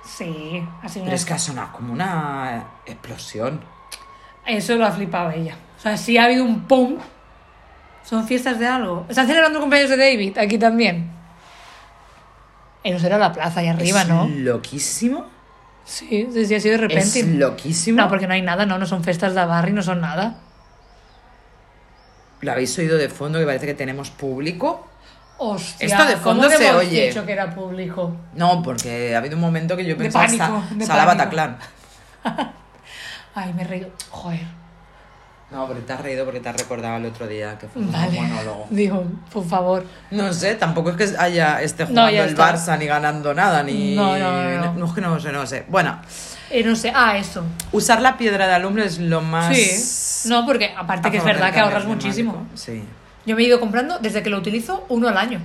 Speaker 1: Sí, así
Speaker 2: Pero es que ha sonado como una explosión.
Speaker 1: Eso lo ha flipado ella. O sea, sí ha habido un pum. Son fiestas de algo. Están celebrando el cumpleaños de David aquí también. Eso será la plaza ahí arriba,
Speaker 2: es
Speaker 1: ¿no?
Speaker 2: loquísimo.
Speaker 1: Sí, sí, sí, así de repente.
Speaker 2: Es loquísimo.
Speaker 1: No, porque no hay nada, no, no son festas de barrio, no son nada.
Speaker 2: Lo habéis oído de fondo que parece que tenemos público.
Speaker 1: Hostia,
Speaker 2: Esto de fondo
Speaker 1: ¿cómo te
Speaker 2: se
Speaker 1: hemos
Speaker 2: oye.
Speaker 1: dicho que era público?
Speaker 2: No, porque ha habido un momento que yo
Speaker 1: De
Speaker 2: pensaba
Speaker 1: pánico,
Speaker 2: Sa-
Speaker 1: de
Speaker 2: Sala
Speaker 1: pánico.
Speaker 2: Bataclan.
Speaker 1: Ay, me he reído. Joder.
Speaker 2: No, porque te has reído porque te has recordado el otro día que fue un
Speaker 1: Vale.
Speaker 2: monólogo.
Speaker 1: [LAUGHS] Digo, por favor.
Speaker 2: No sé, tampoco es que haya este
Speaker 1: No,
Speaker 2: jugando
Speaker 1: ya
Speaker 2: el
Speaker 1: está.
Speaker 2: Barça ni ganando nada, ni.
Speaker 1: No, no, no, no.
Speaker 2: es que no sé, no sé. Bueno,
Speaker 1: Eh, no sé, ah, eso.
Speaker 2: usar la piedra de alumbre es lo más.
Speaker 1: Ah, Sí. No, porque aparte
Speaker 2: a
Speaker 1: que es
Speaker 2: favor del
Speaker 1: verdad que
Speaker 2: cambio
Speaker 1: ahorras
Speaker 2: climático.
Speaker 1: muchísimo.
Speaker 2: Sí,
Speaker 1: Yo me he ido comprando, desde que lo utilizo, uno al año.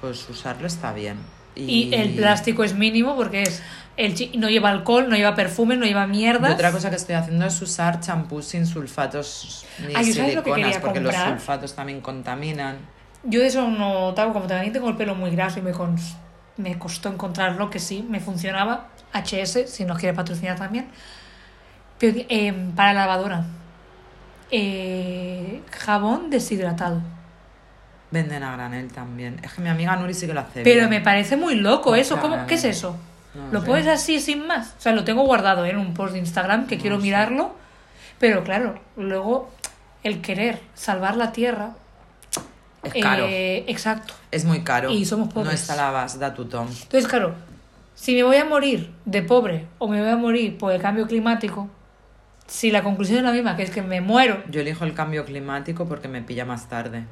Speaker 2: pues usarlo está bien.
Speaker 1: Y, el plástico es mínimo porque es el chi- no lleva alcohol, no lleva perfume, no lleva
Speaker 2: Y
Speaker 1: mierda.
Speaker 2: otra cosa que estoy haciendo es usar champús sin sulfatos ni
Speaker 1: Ay, ¿sabes lo que
Speaker 2: siliconas,
Speaker 1: quería
Speaker 2: porque los
Speaker 1: comprar?
Speaker 2: sulfatos también contaminan.
Speaker 1: Yo de eso no tago, como también tengo el pelo muy graso y me, cons- me costó encontrarlo, que sí, me funcionaba. HS, si nos quiere patrocinar también. Pero, eh, para la lavadora. Eh, jabón deshidratado.
Speaker 2: Venden a granel también. Es que mi amiga Nuri sí que lo hace.
Speaker 1: Pero
Speaker 2: bien. Pues
Speaker 1: me parece muy loco eso.
Speaker 2: Ya,
Speaker 1: ¿Cómo, ¿Qué es eso?
Speaker 2: no
Speaker 1: ¿Lo
Speaker 2: sé.
Speaker 1: puedes así sin más? O sea, lo tengo guardado ¿eh? en un post de Instagram que quiero mirarlo. Pero claro, luego el querer salvar la tierra.
Speaker 2: Es caro.
Speaker 1: eh, exacto.
Speaker 2: Es muy caro.
Speaker 1: Y somos
Speaker 2: No
Speaker 1: pobres.
Speaker 2: está la base da tutón.
Speaker 1: Entonces, claro, si me voy a morir de pobre o me voy a morir por el cambio climático, si la conclusión es la misma, que es que me muero,
Speaker 2: Yo elijo el cambio climático porque me pilla más tarde.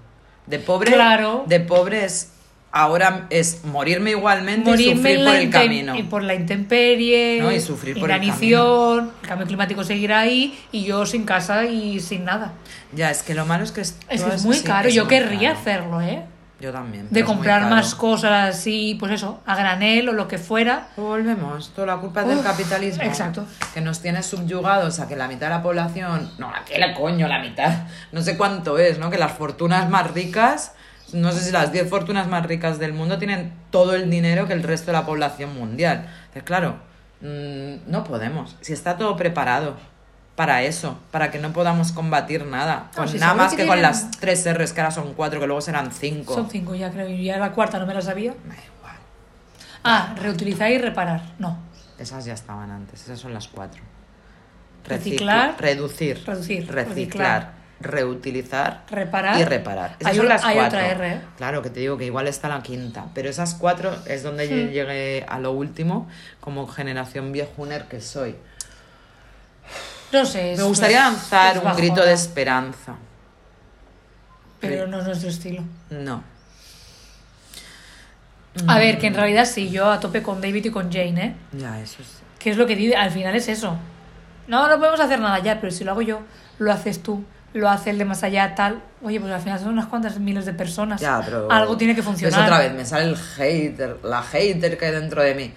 Speaker 2: De pobre,
Speaker 1: Claro.
Speaker 2: de pobre es ahora es morirme igualmente y
Speaker 1: morirme
Speaker 2: sufrir
Speaker 1: en
Speaker 2: por
Speaker 1: la
Speaker 2: el
Speaker 1: intem-
Speaker 2: camino.
Speaker 1: y por la intemperie,
Speaker 2: No, y sufrir por el
Speaker 1: inanición, el cambio climático seguirá ahí y yo sin casa y sin nada.
Speaker 2: Ya, es que lo malo es que es,
Speaker 1: Es que
Speaker 2: todo
Speaker 1: es muy
Speaker 2: sí,
Speaker 1: caro,
Speaker 2: es
Speaker 1: yo
Speaker 2: muy
Speaker 1: querría
Speaker 2: caro.
Speaker 1: hacerlo, ¿eh?
Speaker 2: Yo también.
Speaker 1: De
Speaker 2: es muy
Speaker 1: comprar
Speaker 2: caro.
Speaker 1: más cosas así, pues eso, a granel o lo que fuera.
Speaker 2: Volvemos, toda la culpa es del
Speaker 1: Uf,
Speaker 2: capitalismo.
Speaker 1: exacto.
Speaker 2: Que nos tiene subyugados a que la mitad de la población, no, a que la coño, la mitad, no sé cuánto es, ¿no? Que las fortunas más ricas, no sé si las 10 fortunas más ricas del mundo tienen todo el dinero que el resto de la población mundial. Entonces, claro, mm, no podemos. Si está todo preparado para eso, para que no podamos combatir nada,
Speaker 1: No,
Speaker 2: con
Speaker 1: si
Speaker 2: nada
Speaker 1: sabes
Speaker 2: más
Speaker 1: que
Speaker 2: que, con
Speaker 1: tienen-
Speaker 2: las tres R's, que ahora son cuatro, que luego serán cinco.
Speaker 1: Son cinco ya creo, y ya la cuarta no me la sabía.
Speaker 2: Me da igual.
Speaker 1: Ah, reutilizar y reparar. No.
Speaker 2: Esas ya estaban antes, esas son las cuatro.
Speaker 1: Reciclar,
Speaker 2: Recicla- reducir,
Speaker 1: reducir,
Speaker 2: reciclar,
Speaker 1: reciclar,
Speaker 2: reutilizar
Speaker 1: Reparar.
Speaker 2: y reparar. Esas
Speaker 1: Hay
Speaker 2: son
Speaker 1: una-
Speaker 2: las
Speaker 1: hay
Speaker 2: cuatro.
Speaker 1: otra R, ¿eh?
Speaker 2: Claro, que te digo que igual está la quinta, pero esas cuatro es donde
Speaker 1: Hmm.
Speaker 2: yo llegué a lo último como generación viejuner que soy.
Speaker 1: No sé. es-
Speaker 2: Me gustaría
Speaker 1: es-
Speaker 2: lanzar
Speaker 1: es
Speaker 2: un
Speaker 1: bajona,
Speaker 2: grito de esperanza.
Speaker 1: Pero no es nuestro estilo.
Speaker 2: No. Mm.
Speaker 1: A ver, que en realidad sí, yo a tope con David y con Jane, ¿eh?
Speaker 2: Ya, eso sí.
Speaker 1: ¿Qué es lo que dice? Al final es eso. No, no podemos hacer nada ya, pero si lo hago yo, lo haces tú, lo hace el de más allá, tal. Oye, pues al final son unas cuantas miles de personas.
Speaker 2: Ya, pero-
Speaker 1: Algo tiene que
Speaker 2: Ves,
Speaker 1: funcionar.
Speaker 2: otra vez me sale el hater, la hater que hay dentro de mí.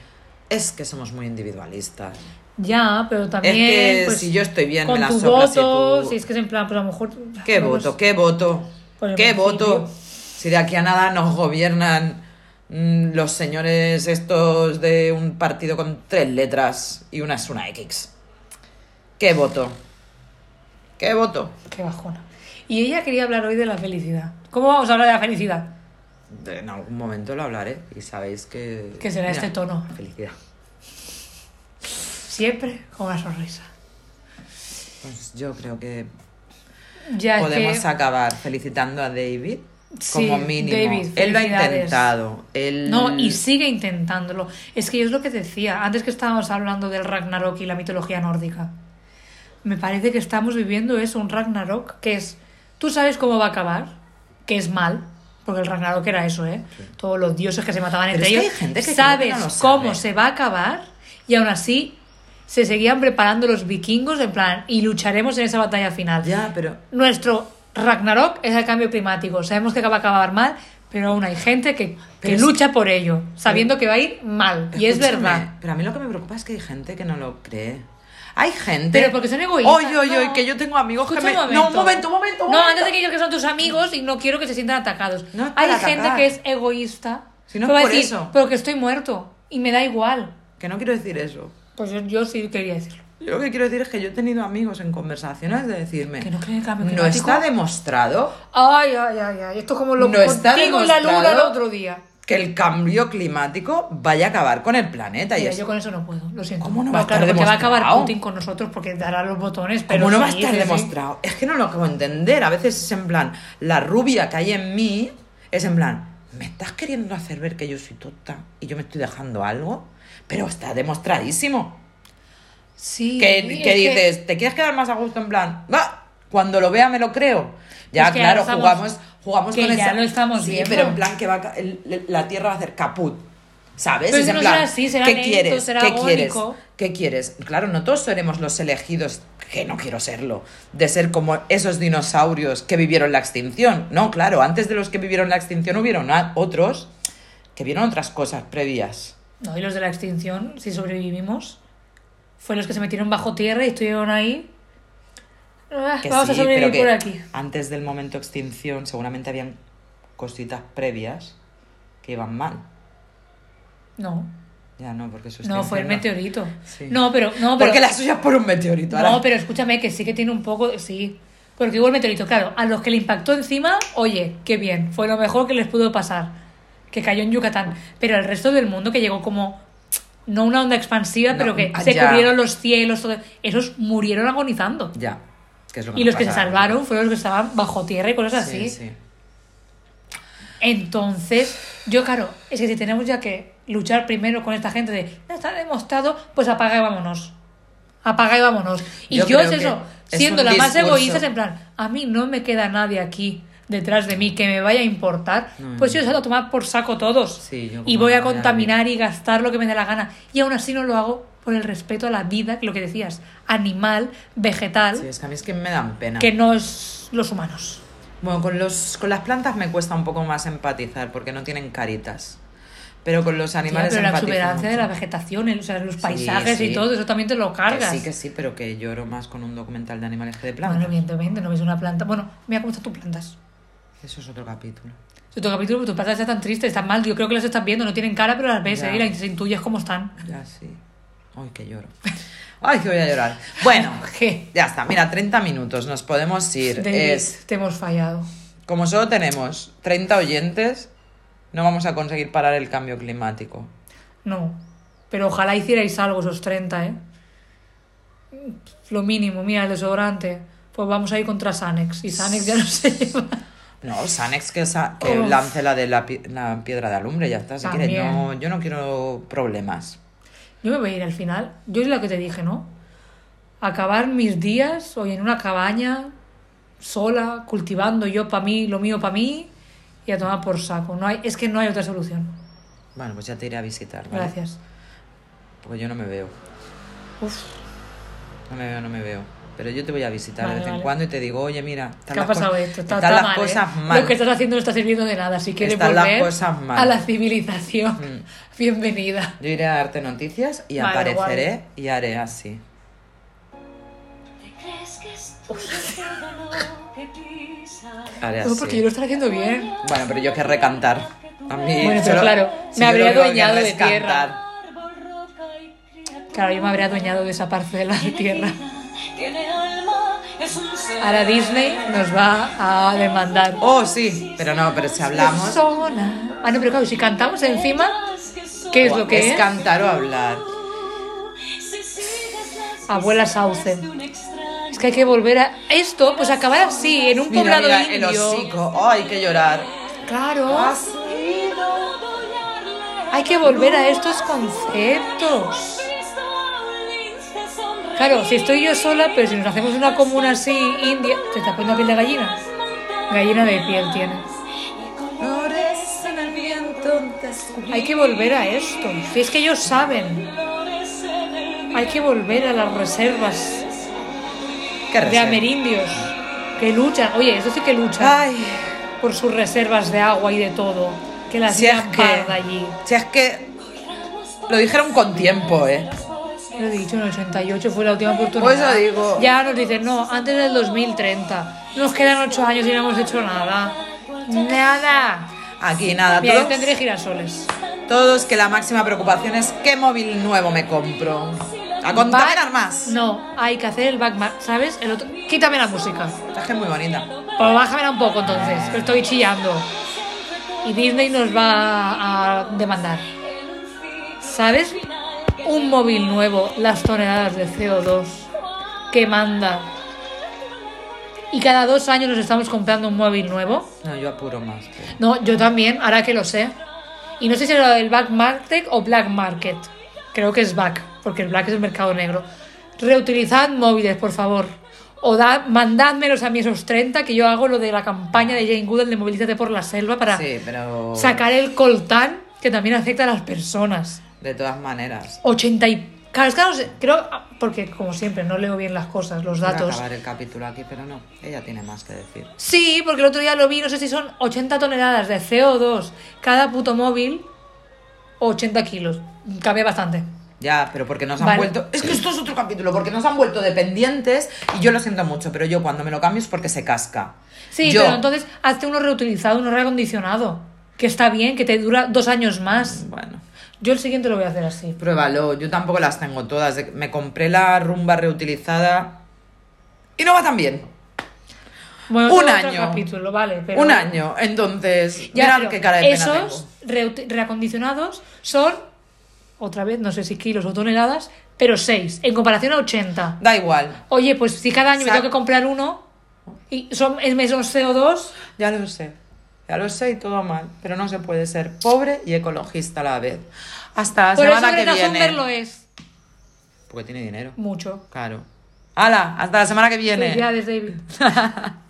Speaker 2: Es que somos muy individualistas.
Speaker 1: Ya, pero
Speaker 2: Es
Speaker 1: también.
Speaker 2: que
Speaker 1: pues,
Speaker 2: si yo estoy bien,
Speaker 1: con
Speaker 2: me la
Speaker 1: tu
Speaker 2: soplas y
Speaker 1: voto,
Speaker 2: tú-
Speaker 1: si es que es en plan, pues a lo mejor.
Speaker 2: ¿Qué
Speaker 1: no, pues,
Speaker 2: voto? ¿Qué voto?
Speaker 1: Por el
Speaker 2: ¿Qué
Speaker 1: principio.
Speaker 2: voto? Si de aquí a nada nos gobiernan mm, los señores estos de un partido con tres letras y una es una X. ¿Qué voto? ¿Qué voto?
Speaker 1: Qué bajona. Y ella quería hablar hoy de la felicidad. ¿Cómo vamos a hablar de la felicidad?
Speaker 2: En algún momento lo hablaré y sabéis que...
Speaker 1: Que será este tono.
Speaker 2: Felicidad.
Speaker 1: Siempre con una sonrisa.
Speaker 2: Pues yo creo que
Speaker 1: Ya es
Speaker 2: podemos
Speaker 1: que-
Speaker 2: acabar felicitando a David.
Speaker 1: Sí,
Speaker 2: Como mínimo.
Speaker 1: David,
Speaker 2: Él lo ha
Speaker 1: felicidades.
Speaker 2: intentado. Él...
Speaker 1: No, y sigue intentándolo. Es que yo es lo que decía, antes que estábamos hablando del Ragnarok y la mitología nórdica. Me parece que estamos viviendo eso, un Ragnarok que es, tú sabes cómo va a acabar, que es mal, porque el Ragnarok era eso, ¿eh? Todos los dioses que se mataban
Speaker 2: Pero
Speaker 1: entre
Speaker 2: es que
Speaker 1: ellos.
Speaker 2: hay gente que creo
Speaker 1: sabes
Speaker 2: que no lo sabe.
Speaker 1: cómo se va a acabar y aún así se seguían preparando los vikingos en plan, y lucharemos en esa batalla final.
Speaker 2: Ya, pero...
Speaker 1: Nuestro Ragnarok es el cambio climático. Sabemos que va a acabar mal, pero aún hay gente que,
Speaker 2: Pero
Speaker 1: que
Speaker 2: es-
Speaker 1: lucha por ello, sabiendo que va a ir mal. Y es
Speaker 2: Escúchame,
Speaker 1: verdad.
Speaker 2: Pero a mí lo que me preocupa es que hay gente que no lo cree. Hay gente.
Speaker 1: Pero porque son egoístas.
Speaker 2: Oye, oye, oye,
Speaker 1: No.
Speaker 2: que yo tengo amigos que
Speaker 1: Escucha
Speaker 2: me.
Speaker 1: un momento.
Speaker 2: No, un momento, un momento. un
Speaker 1: No,
Speaker 2: momento.
Speaker 1: antes de que digas que son tus amigos y no quiero que se sientan atacados.
Speaker 2: No es
Speaker 1: hay
Speaker 2: para
Speaker 1: gente
Speaker 2: atacar.
Speaker 1: que es egoísta.
Speaker 2: Si no
Speaker 1: que
Speaker 2: es
Speaker 1: va a
Speaker 2: por
Speaker 1: decir,
Speaker 2: eso.
Speaker 1: Pero que estoy muerto y me da igual.
Speaker 2: Que no quiero decir eso.
Speaker 1: Pues yo, yo sí quería decirlo.
Speaker 2: Yo lo que quiero decir es que yo he tenido amigos en conversaciones de decirme.
Speaker 1: Que no creen en el cambio
Speaker 2: "No
Speaker 1: climático".
Speaker 2: está demostrado
Speaker 1: Ay, ay, ay, ay. Esto es como lo
Speaker 2: No está
Speaker 1: contigo y la luna el
Speaker 2: demostrado.
Speaker 1: otro día.
Speaker 2: que el cambio climático vaya a acabar con el planeta. y
Speaker 1: Mira,
Speaker 2: es,
Speaker 1: yo con eso no puedo, lo siento.
Speaker 2: ¿Cómo no
Speaker 1: Va,
Speaker 2: va a estar
Speaker 1: claro, porque va a acabar
Speaker 2: demostrado?
Speaker 1: Putin con nosotros porque dará los botones, pero
Speaker 2: Como no va a
Speaker 1: sí,
Speaker 2: estar
Speaker 1: sí, sí.
Speaker 2: demostrado. Es que no lo acabo de entender. A veces es en plan, la rubia que hay en mí es en plan, me estás queriendo hacer ver que yo soy tonta y yo me estoy dejando algo, pero está demostradísimo.
Speaker 1: Sí,
Speaker 2: Que,
Speaker 1: es
Speaker 2: que dices, ¿te quieres quedar más a gusto en plan? Va, cuando lo vea me lo creo. Ya,
Speaker 1: Es que
Speaker 2: claro,
Speaker 1: ya estamos-
Speaker 2: jugamos, jugamos
Speaker 1: que
Speaker 2: con
Speaker 1: ya
Speaker 2: esa-
Speaker 1: lo estamos
Speaker 2: sí,
Speaker 1: viendo.
Speaker 2: pero en plan que va a ca- el- la Tierra va a hacer caput. ¿Sabes?
Speaker 1: Pero
Speaker 2: Es
Speaker 1: eso
Speaker 2: en
Speaker 1: no
Speaker 2: plan,
Speaker 1: será así, será
Speaker 2: ¿qué
Speaker 1: lento,
Speaker 2: quieres?
Speaker 1: será
Speaker 2: ¿Qué
Speaker 1: agónico.
Speaker 2: quieres? ¿Qué quieres? Claro, no todos seremos los elegidos, que no quiero serlo, de ser como esos dinosaurios que vivieron la extinción. No, claro, antes de los que vivieron la extinción hubieron a- otros que vieron otras cosas previas.
Speaker 1: No, y los de la extinción, si sobrevivimos, fue los que se metieron bajo tierra y estuvieron ahí. Ah,
Speaker 2: Que
Speaker 1: Vamos
Speaker 2: sí,
Speaker 1: a sobrevivir
Speaker 2: pero que
Speaker 1: por aquí.
Speaker 2: Antes del momento extinción, seguramente habían cositas previas que iban mal.
Speaker 1: No,
Speaker 2: Ya no, porque su
Speaker 1: no, fue el
Speaker 2: extinción
Speaker 1: meteorito.
Speaker 2: Pues Sí.
Speaker 1: No, pero, no, pero.
Speaker 2: Porque la suya es por un meteorito.
Speaker 1: No,
Speaker 2: ahora-
Speaker 1: pero escúchame que sí que tiene un poco. Sí. Porque hubo el meteorito, claro. A los que le impactó encima, oye, qué bien. Fue lo mejor que les pudo pasar. Que cayó en Yucatán. Pero al resto del mundo que llegó como. No una onda expansiva,
Speaker 2: No,
Speaker 1: pero que
Speaker 2: ah,
Speaker 1: se
Speaker 2: ya.
Speaker 1: cubrieron los cielos, todo. Esos murieron agonizando.
Speaker 2: Ya. que es lo
Speaker 1: Y
Speaker 2: nos
Speaker 1: los que se
Speaker 2: pasa ahora.
Speaker 1: salvaron fueron los que estaban bajo tierra y cosas
Speaker 2: Sí,
Speaker 1: así.
Speaker 2: sí.
Speaker 1: Entonces, yo, claro, es que si tenemos ya que luchar primero con esta gente de no está demostrado, pues apaga y vámonos. Apaga y vámonos. Y
Speaker 2: Yo
Speaker 1: yo, es
Speaker 2: creo que
Speaker 1: eso,
Speaker 2: es
Speaker 1: siendo
Speaker 2: un
Speaker 1: la más
Speaker 2: discurso.
Speaker 1: egoísta, es en plan, a mí no me queda nadie aquí detrás de mí que me vaya a importar, pues yo os voy a tomar por saco todos.
Speaker 2: Sí, yo
Speaker 1: y
Speaker 2: como
Speaker 1: voy a
Speaker 2: no voy a
Speaker 1: contaminar y gastar lo que me dé la gana. Y aún así no lo hago por el respeto a la vida, que lo que decías, animal, vegetal,
Speaker 2: Sí, es que a mí es que me dan pena.
Speaker 1: que no es los humanos.
Speaker 2: Bueno, con, los, con las plantas me cuesta un poco más empatizar porque no tienen caritas. Pero con los
Speaker 1: Tía,
Speaker 2: animales
Speaker 1: pero la
Speaker 2: empatizo
Speaker 1: exuberancia de la
Speaker 2: mucho.
Speaker 1: vegetación, el- o sea, los paisajes
Speaker 2: sí.
Speaker 1: y todo, eso también te lo
Speaker 2: Que
Speaker 1: cargas.
Speaker 2: sí, que sí, pero que lloro más con un documental de animales que de plantas.
Speaker 1: bueno, evidentemente, no ves una planta. Bueno, mira cómo están tus plantas.
Speaker 2: Eso es otro capítulo.
Speaker 1: Si tu capítulo, tus plantas están tan tristes, están mal. Yo creo que las estás viendo, no tienen cara, pero las ves
Speaker 2: Ya.
Speaker 1: eh, y las intuyes cómo están.
Speaker 2: Ya sí. Ay, que lloro. Ay, que voy a llorar. Bueno,
Speaker 1: [LAUGHS] ¿Qué?
Speaker 2: ya está. Mira, 30 minutos, nos podemos ir.
Speaker 1: David,
Speaker 2: Es,
Speaker 1: te hemos fallado.
Speaker 2: como solo tenemos 30 oyentes, no vamos a conseguir parar el cambio climático.
Speaker 1: No. Pero ojalá hicierais algo esos 30, ¿eh? Lo mínimo, mira, el desodorante. Pues vamos a ir contra Sanex. Y Sanex ya no se [LAUGHS] lleva.
Speaker 2: No, Sanex que, sa- que
Speaker 1: Uf.
Speaker 2: lance la de la, pi- la piedra de alumbre, ya está. Si quieres,
Speaker 1: También.
Speaker 2: no, yo no quiero problemas.
Speaker 1: Yo me voy a ir al final. Yo es lo que te dije, ¿no? Acabar mis días hoy en una cabaña, sola, cultivando yo para mí, lo mío para mí, y a tomar por saco. No hay, es que no hay otra solución.
Speaker 2: Bueno, pues ya te iré a visitar, ¿vale?
Speaker 1: Gracias.
Speaker 2: Porque yo no me veo.
Speaker 1: Uf,
Speaker 2: No me veo, no me veo. Pero yo te voy a visitar
Speaker 1: Vale,
Speaker 2: de vez en
Speaker 1: vale.
Speaker 2: cuando y te digo, oye, mira, están
Speaker 1: ¿qué ha
Speaker 2: las
Speaker 1: pasado
Speaker 2: cos-
Speaker 1: esto? Está,
Speaker 2: están
Speaker 1: está
Speaker 2: las
Speaker 1: mal, ¿eh?
Speaker 2: cosas mal.
Speaker 1: Lo que estás haciendo no está sirviendo de nada. Si quieres
Speaker 2: Están las
Speaker 1: volver
Speaker 2: cosas mal. Mm.
Speaker 1: a la civilización, [LAUGHS] bienvenida.
Speaker 2: Yo iré a darte noticias y
Speaker 1: Vale,
Speaker 2: apareceré y haré así.
Speaker 3: ¿Crees que estoy pensando lo que pisas?
Speaker 2: Haré
Speaker 1: No,
Speaker 2: así.
Speaker 1: porque yo lo estaré haciendo bien.
Speaker 2: Bueno, pero yo es que recantar. A mí,
Speaker 1: Bueno, pero
Speaker 2: yo lo-
Speaker 1: claro,
Speaker 2: si
Speaker 1: me
Speaker 2: yo
Speaker 1: habría
Speaker 2: lo que
Speaker 1: adueñado
Speaker 2: es
Speaker 1: de tierra.
Speaker 2: cantar.
Speaker 3: Árbol, roca y criatura.
Speaker 1: Claro, yo me habré adueñado de esa parcela de tierra.
Speaker 3: Tiene alma, es un ser.
Speaker 1: Ahora Disney nos va a demandar.
Speaker 2: Oh, sí, pero no, pero si hablamos.
Speaker 1: Persona. Ah, no, pero claro, si cantamos encima, ¿qué es lo que
Speaker 2: es
Speaker 1: es?
Speaker 2: cantar o hablar.
Speaker 3: Si sigues las
Speaker 1: Abuela Sauce.
Speaker 3: pisadas de un extraño,
Speaker 1: Es que hay que volver a esto, pues acabar así, en un
Speaker 2: Mira,
Speaker 1: poblado
Speaker 2: mira, el
Speaker 1: indio.
Speaker 2: hocico. Oh, hay que llorar.
Speaker 1: Claro.
Speaker 3: no volarle.
Speaker 1: Hay que volver a estos conceptos.
Speaker 3: Cristo, un lince sonreír.
Speaker 1: Claro, si estoy yo sola, pero si nos hacemos una comuna así, india. ¿Te estás poniendo piel de gallina? Gallina de piel tienes.
Speaker 2: Flores en el viento.
Speaker 1: Hay que volver a esto. Si es que ellos saben. Hay que volver a las reservas
Speaker 2: Qué
Speaker 1: de
Speaker 2: reserva.
Speaker 1: amerindios que luchan. Oye, eso sí que luchan
Speaker 2: Ay,
Speaker 1: por sus reservas de agua y de todo. Que las
Speaker 2: si es
Speaker 1: llevan
Speaker 2: que.
Speaker 1: allí.
Speaker 2: Si es que. Lo dijeron con tiempo, ¿eh?
Speaker 1: Lo he dicho, en el 88 fue la última oportunidad.
Speaker 2: Por eso digo.
Speaker 1: Ya nos dicen, no, antes del 2030. Nos quedan 8 años y no hemos hecho nada. Nada.
Speaker 2: Aquí nada,
Speaker 1: Mira, yo
Speaker 2: todos,
Speaker 1: tendré girasoles.
Speaker 2: todos que la máxima preocupación es qué móvil nuevo me compro. A contaminar más.
Speaker 1: No, hay que hacer el backmark, ¿sabes? El otro... Quítame la música.
Speaker 2: Es que es muy bonita.
Speaker 1: Pues bájamela un poco entonces, que estoy chillando. Y Disney nos va a demandar. ¿Sabes? Un móvil nuevo, las toneladas de CO2 que manda. Y cada dos años nos estamos comprando un móvil nuevo.
Speaker 2: No, yo apuro más. tío.
Speaker 1: No, yo también, ahora que lo sé. Y no sé si era el back market o black market. Creo que es back, porque el black es el mercado negro. Reutilizad móviles, por favor. O da, mandádmelos a mí esos 30 que yo hago lo de la campaña de Jane Goodall de Movilízate por la Selva para
Speaker 2: Sí, pero.
Speaker 1: sacar el coltán que también afecta a las personas.
Speaker 2: De todas maneras.
Speaker 1: 80 y... Claro, es que no sé, creo... Porque, como siempre, no leo bien las cosas, los
Speaker 2: Voy a
Speaker 1: datos.
Speaker 2: acabar el capítulo aquí, pero no. Ella tiene más que decir.
Speaker 1: Sí, porque el otro día lo vi, no sé si son 80 toneladas de CO2 cada puto móvil, 80 kilos. Cambia bastante.
Speaker 2: Ya, pero porque nos han
Speaker 1: Vale.
Speaker 2: vuelto. Es que esto es otro capítulo, porque nos han vuelto dependientes y yo lo siento mucho, pero yo cuando me lo cambio es porque se casca.
Speaker 1: Sí,
Speaker 2: yo.
Speaker 1: pero entonces hazte uno reutilizado, uno reacondicionado. Que está bien, que te dura dos años más.
Speaker 2: Bueno,
Speaker 1: Yo el siguiente lo voy a hacer así.
Speaker 2: pruébalo. Yo tampoco las tengo todas. De- Me compré la rumba reutilizada y no va tan bien.
Speaker 1: Bueno,
Speaker 2: Un
Speaker 1: tengo
Speaker 2: año.
Speaker 1: Otro capítulo, vale. Pero...
Speaker 2: Un año. Entonces,
Speaker 1: Ya,
Speaker 2: mirad
Speaker 1: pero
Speaker 2: qué cara de pena
Speaker 1: Esos
Speaker 2: tengo.
Speaker 1: reuti- reacondicionados son, otra vez, no sé si kilos o toneladas, pero 6, en comparación a 80.
Speaker 2: Da igual.
Speaker 1: Oye, pues si cada año me
Speaker 2: Sa-
Speaker 1: tengo que comprar uno y son, es menos CO2,
Speaker 2: Ya lo sé. Ya lo sé y todo mal. Pero no se puede ser pobre y ecologista a la vez. Hasta la
Speaker 1: por eso
Speaker 2: semana que
Speaker 1: Greta
Speaker 2: viene.
Speaker 1: Thunberg lo es.
Speaker 2: Porque tiene dinero.
Speaker 1: Mucho.
Speaker 2: Claro. ¡Hala! Hasta la semana que viene.
Speaker 1: Felicidades, David.